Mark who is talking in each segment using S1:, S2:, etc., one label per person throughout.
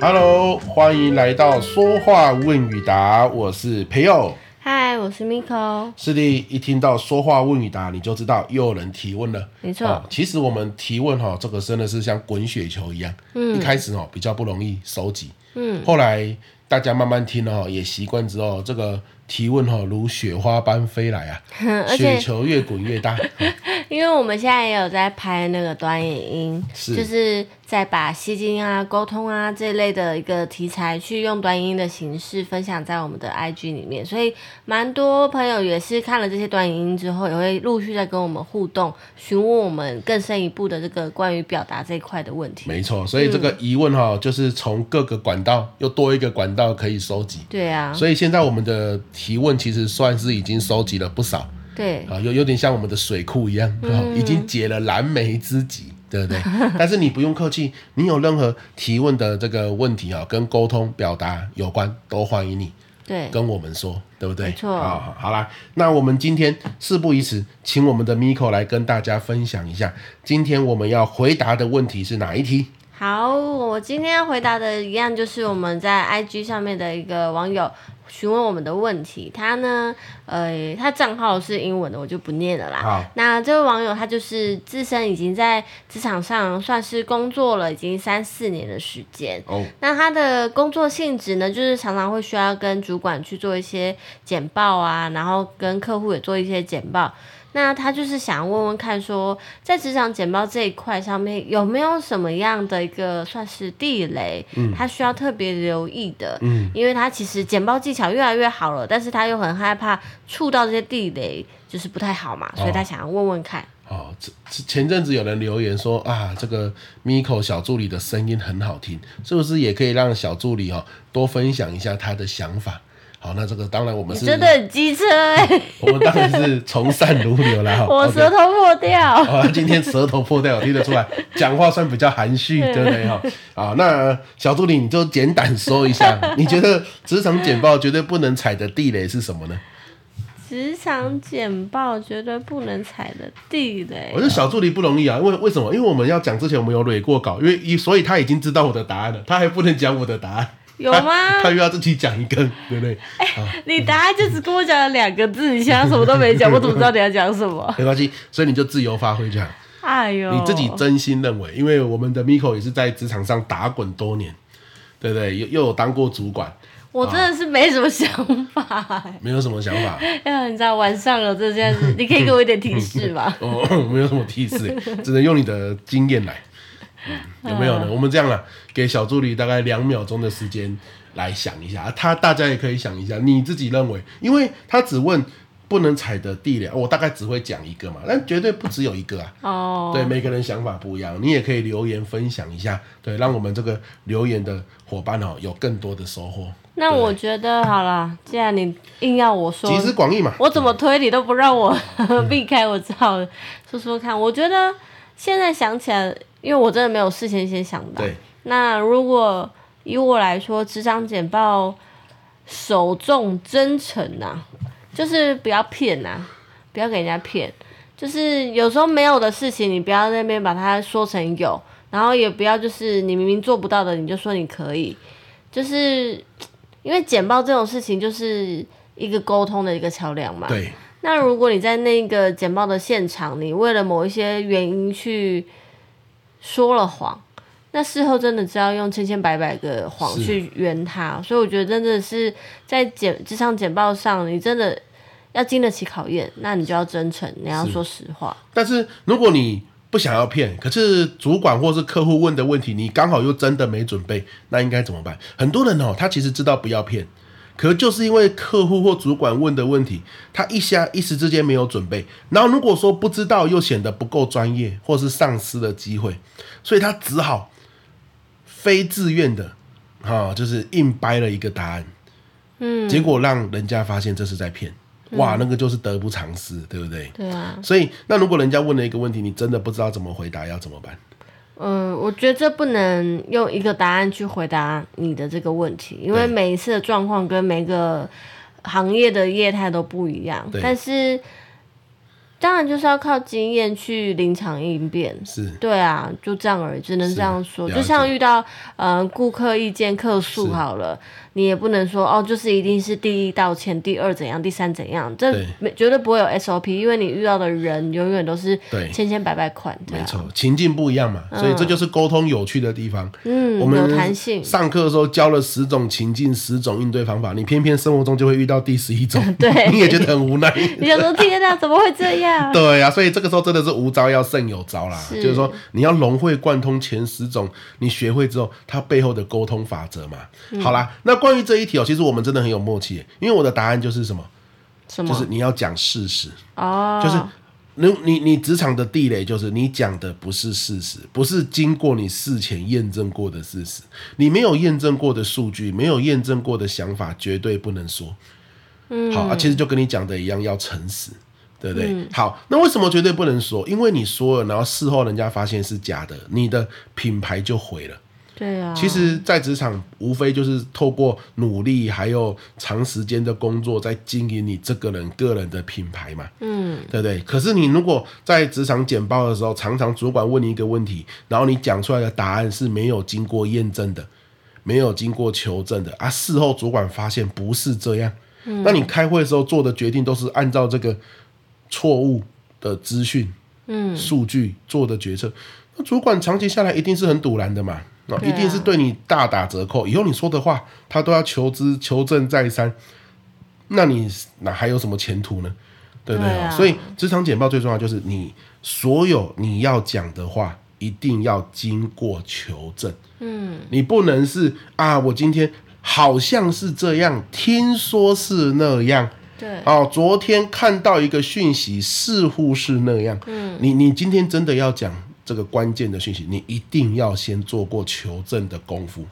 S1: Hello，欢迎来到说话问与答，我是培佑。
S2: 嗨，我是 Miko。
S1: 师弟一听到说话问与答，你就知道又有人提问了。
S2: 没错
S1: 哦其实我们提问哈、这个真的是像滚雪球一样，嗯，一开始哦比较不容易收集，嗯，后来大家慢慢听了哦哈、也习惯之后，这个提问哈、如雪花般飞来啊，
S2: 而且
S1: 雪球越滚越 大。哦
S2: 因为我们现在也有在拍那个短影音，
S1: 是
S2: 就是在把吸睛啊、沟通啊这类的一个题材，去用短影音的形式分享在我们的 IG 里面，所以蛮多朋友也是看了这些短影音之后，也会陆续在跟我们互动，询问我们更深一步的这个关于表达这一块的问题。
S1: 没错，所以这个疑问哈、就是从各个管道又多一个管道可以收集。
S2: 对啊，
S1: 所以现在我们的提问其实算是已经收集了不少
S2: 对，
S1: 啊，有有点像我们的水库一样，
S2: 嗯
S1: 啊已经解了燃眉之急，对 不对？但是你不用客气，你有任何提问的这个问题啊，跟沟通表达有关，都欢迎你
S2: 对，
S1: 跟我们说，对不对？
S2: 没错
S1: 好好好啦，那我们今天事不宜迟，请我们的 Miko 来跟大家分享一下，今天我们要回答的问题是哪一题？
S2: 好，我今天要回答的一样就是我们在 IG 上面的一个网友询问我们的问题，他呢，呃，他账号是英文的，我就不念了啦。
S1: 好，
S2: 那这位网友他就是自身已经在职场上算是工作了已经三四年的时间，
S1: 哦，
S2: 那他的工作性质呢，就是常常会需要跟主管去做一些简报啊，然后跟客户也做一些简报。那他就是想问问看说在职场简报这一块上面有没有什么样的一个算是地雷，他需要特别留意的，
S1: 嗯
S2: 因为他其实简报技巧越来越好了，但是他又很害怕触到这些地雷，就是不太好嘛，所以他想要问问看，
S1: 哦，这这前阵子有人留言说啊，这个 Miko 小助理的声音很好听，是不是也可以让小助理哦多分享一下他的想法？好，那这个当然我们
S2: 你
S1: 是，
S2: 真的很机车哎、
S1: 我们当然是从善如流啦。 哈
S2: 我
S1: OK
S2: 舌头破掉。
S1: 哦，今天舌头破掉，我听得出 来，讲话算比较含蓄，对不对哈？啊，那小助理你就简短说一 下，你觉得职场简报绝对不能踩的地雷是什么呢？
S2: 职场简报绝对不能踩的地
S1: 我
S2: 雷。
S1: 觉得小助理不容易啊，因为为什么？因为我们要讲之前，我们有蕊过稿，因为一所以他已经知道我的答案了，他还不能讲我的答案，
S2: 有吗
S1: 他？他又要自己讲一个，对不对？
S2: 你答案就只跟我讲了两个字，你其他什么都没讲，我怎么知道你要讲什么？
S1: 没关系，所以你就自由发挥就好，
S2: 哎呦，
S1: 你自己真心认为，因为我们的 Miko 也是在职场上打滚多年，对不对？又又有当过主管，
S2: 我真的是没什么想法、
S1: 没有什么想法，？
S2: 哎呀，你知道晚上了，这件事，你可以给我一点提示吗
S1: 哦，没有什么提 示，只能用你的经验来。嗯有没有呢？我们这样了，给小助理大概两秒钟的时间来想一下，啊他大家也可以想一下，你自己认为，因为他只问不能踩的地雷，哦我大概只会讲一个嘛，但绝对不只有一个啊。
S2: 哦，
S1: 对，每个人想法不一样，你也可以留言分享一下，对，让我们这个留言的伙伴哦有更多的收获，
S2: 那我觉得好啦，既然你硬要我说，
S1: 集思广益嘛。嗯
S2: 我怎么推你都不让我 避开，我只好说说看。我觉得现在想起来，因为我真的没有事先先想到。
S1: 对，
S2: 那如果以我来说，职场简报首重真诚呐、就是不要骗啊呐、不要给人家骗。就是有时候没有的事情，你不要在那边把它说成有，然后也不要就是你明明做不到的，你就说你可以，就是因为简报这种事情就是一个沟通的一个桥梁嘛。
S1: 对，
S2: 那如果你在那个简报的现场，你为了某一些原因去说了谎，那事后真的是要用千千百百个谎
S1: 是
S2: 去圆它。所以我觉得真的是在简职场简报上，你真的要经得起考验，那你就要真诚，你要说实话。
S1: 但是如果你不想要骗，可是主管或是客户问的问题，你刚好又真的没准备，那应该怎么办？很多人哦，他其实知道不要骗，可就是因为客户或主管问的问题，他一下一时之间没有准备，然后如果说不知道，又显得不够专业，或是丧失了机会，所以他只好非自愿的，哈、就是硬掰了一个答案，嗯，结果让人家发现这是在骗，哇，那个就是得不偿失，对不对？
S2: 对啊，
S1: 所以，那如果人家问了一个问题，你真的不知道怎么回答，要怎么办？
S2: 嗯，我觉得这不能用一个答案去回答你的这个问题，因
S1: 对
S2: 为每一次的状况跟每一个行业的业态都不一样
S1: 对，
S2: 但是当然就是要靠经验去临场应变。
S1: 是
S2: 对啊，就这样而已，只能这样说。
S1: 了
S2: 就像
S1: 解
S2: 遇到嗯顾客意见客诉
S1: 是
S2: 好了，你也不能说哦，就是一定是第一道歉，第二怎样，第三怎样，这
S1: 对
S2: 没绝对不会有 SOP，因为你遇到的人永远都是
S1: 对
S2: 千千百百款，对啊
S1: 没，错，情境不一样嘛，所以这就是沟通有趣的地方。
S2: 嗯，
S1: 我们
S2: 有弹性，
S1: 上课的时候教了十种情境、十种应对方法，你偏偏生活中就会遇到第十一种，
S2: 对
S1: 你也觉得很无奈。
S2: 你想说天哪，怎么会这样？
S1: 对啊，所以这个时候真的是无招要胜有招啦，
S2: 是
S1: 就是说你要融会贯通前十种，你学会之后，它背后的沟通法则嘛。
S2: 嗯
S1: 好啦，那关于这一题哦，其实我们真的很有默契耶，因为我的答案就是什么，
S2: 什么？
S1: 就是你要讲事实，
S2: 哦，
S1: 就是你你你职场的地雷就是你讲的不是事实，不是经过你事前验证过的事实，你没有验证过的数据，没有验证过的想法，绝对不能说。嗯，好啊，其实就跟你讲的一样，要诚实，对不对？好，那为什么绝对不能说？因为你说了，然后事后人家发现是假的，你的品牌就毁了。
S2: 对啊，
S1: 其实，在职场无非就是透过努力，还有长时间的工作，在经营你这个人个人的品牌嘛，
S2: 嗯，
S1: 对不对？可是你如果在职场简报的时候，常常主管问你一个问题，然后你讲出来的答案是没有经过验证的，没有经过求证的啊，事后主管发现不是这样，那你开会的时候做的决定都是按照这个错误的资讯，嗯，数据做的决策，那主管长期下来一定是很堵然的嘛，啊，
S2: 对
S1: 一
S2: 啊
S1: 定是对你大打折扣。以后你说的话，他都要求知求证再三，那你哪还有什么前途呢？对不对？
S2: 对啊
S1: 所以职场简报最重要就是你所有你要讲的话，一定要经过求证。嗯，你不能是啊，我今天好像是这样，听说是那样，
S2: 对，
S1: 哦，昨天看到一个讯息，似乎是那样。嗯，你你今天真的要讲这个关键的讯息，你一定要先做过求证的功夫，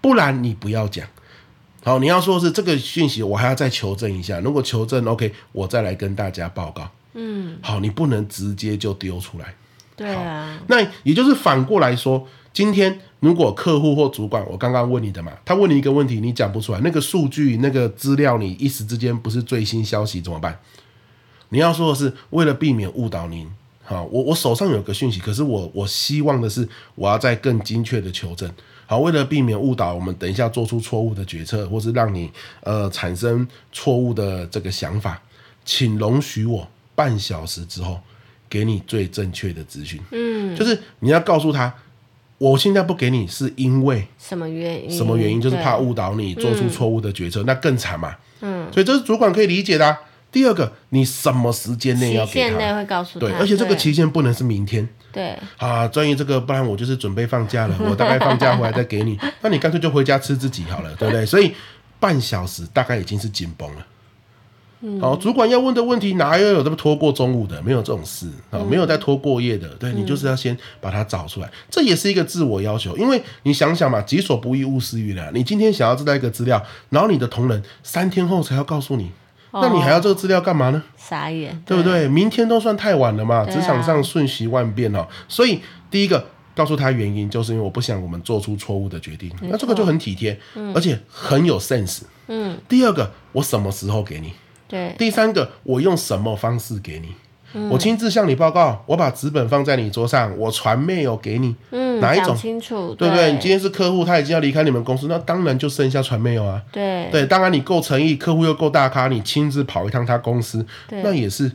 S1: 不然你不要讲。好，你要说是这个讯息，我还要再求证一下。如果求证 OK，我再来跟大家报告。
S2: 嗯，
S1: 好，你不能直接就丢出来。
S2: 对啊，
S1: 那也就是反过来说，今天如果客户或主管，我刚刚问你的嘛，他问你一个问题，你讲不出来，那个数据、那个资料，你一时之间不是最新消息怎么办？你要说的是，为了避免误导您，好，我我手上有个讯息，可是我我希望的是，我要再更精确的求证。好，为了避免误导，我们等一下做出错误的决策，或是让你呃产生错误的这个想法，请容许我半小时之后给你最正确的资讯。
S2: 嗯，
S1: 就是你要告诉他，我现在不给你是因为
S2: 什么原因？
S1: 什么原因，就是
S2: 嗯对
S1: 怕误导你做出错误的决策，那更惨嘛。
S2: 嗯，
S1: 所以这是主管可以理解的啊、第二个，你什么时间内要
S2: 期
S1: 给
S2: 限内
S1: 他？
S2: 会告诉他，
S1: 对，而且这个
S2: 对
S1: 期限不能是明天
S2: 对
S1: 啊，专业这个，不然我就是准备放假了，我大概放假回来再给你，那你干脆就回家吃自己好了，对不对？所以半小时大概已经是紧绷了。好，主管要问的问题哪有有这么拖过中午的？没有这种事啊，没有在拖过夜的。对你就是要先把它找出来，这也是一个自我要求，因为你想想嘛，己所不欲，勿施于人啊。你今天想要知道一个资料，然后你的同仁三天后才要告诉你，那你还要这个资料干嘛呢？
S2: 傻眼，
S1: 对不对？明天都算太晚了嘛，
S2: 对啊
S1: 职场上瞬息万变哦。所以第一个告诉他原因，就是因为我不想我们做出错误的决定，那这个就很体贴，而且很有 sense。
S2: 嗯，
S1: 第二个，我什么时候给你？
S2: 对
S1: 第三个，我用什么方式给你？
S2: 嗯
S1: 我亲自向你报告，我把纸本放在你桌上，我传 mail 给你，
S2: 嗯，
S1: 哪一
S2: 讲
S1: 种？
S2: 清楚，
S1: 对不对？
S2: 对
S1: 你今天是客户，他已经要离开你们公司，那当然就剩下传 mail 啊。
S2: 对
S1: 对，当然你够诚意，客户又够大咖，你亲自跑一趟他公司，
S2: 对
S1: 那也是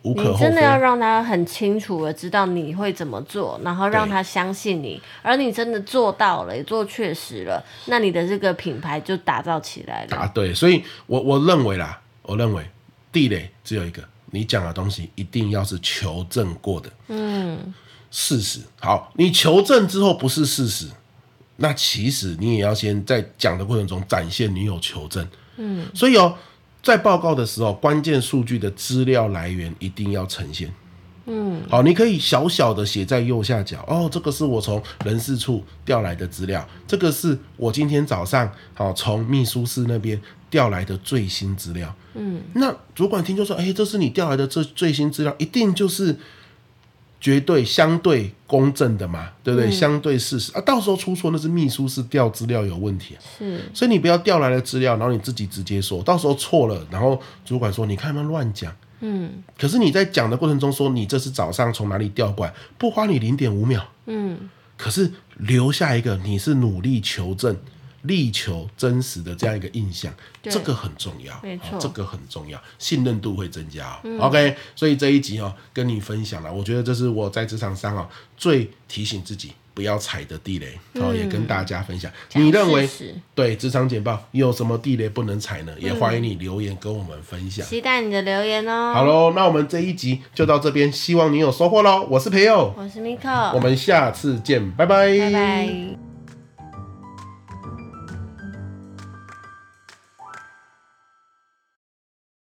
S1: 无可
S2: 你
S1: 厚
S2: 真
S1: 非啊
S2: 的。要让他很清楚的知道你会怎么做，然后让他相信你，而你真的做到了，也做确实了，那你的这个品牌就打造起来了。
S1: 答对，所以我我认为啦，我认为地雷只有一个，你讲的东西一定要是求证过的，嗯，事实。好，你求证之后不是事实，那其实你也要先在讲的过程中展现你有求证，嗯，所以哦，在报告的时候，关键数据的资料来源一定要呈现。好，你可以小小的写在右下角哦，这个是我从人事处调来的资料，这个是我今天早上好、从秘书室那边调来的最新资料。嗯，那主管听就说，哎，这是你调来的这最新资料，一定就是绝对相对公正的嘛，对不对？相对事实啊，到时候出错那是秘书是调资料有问题啊、
S2: 是
S1: 所以你不要调来的资料，然后你自己直接说，到时候错了，然后主管说你看他们乱讲，
S2: 嗯
S1: 可是你在讲的过程中说你这是早上从哪里调过来，不花你零点五秒，
S2: 嗯
S1: 可是留下一个你是努力求证、力求真实的这样一个印象，
S2: 对
S1: 这个很重要，
S2: 没错嗯
S1: 哦这个很重要，信任度会增加、哦 OK，所以这一集哦，跟你分享了，我觉得这是我在职场上哦最提醒自己。不要踩的地雷，然
S2: 嗯
S1: 后也跟大家分享。
S2: 讲
S1: 你认为
S2: 事实
S1: 对职场简报有什么地雷不能踩呢？也欢迎你留言跟我们分享。
S2: 期待你的留言哦。
S1: 好喽，那我们这一集就到这边，希望你有收获喽。我是培佑，
S2: 我是 Miko，
S1: 我们下次见，拜
S2: 拜拜。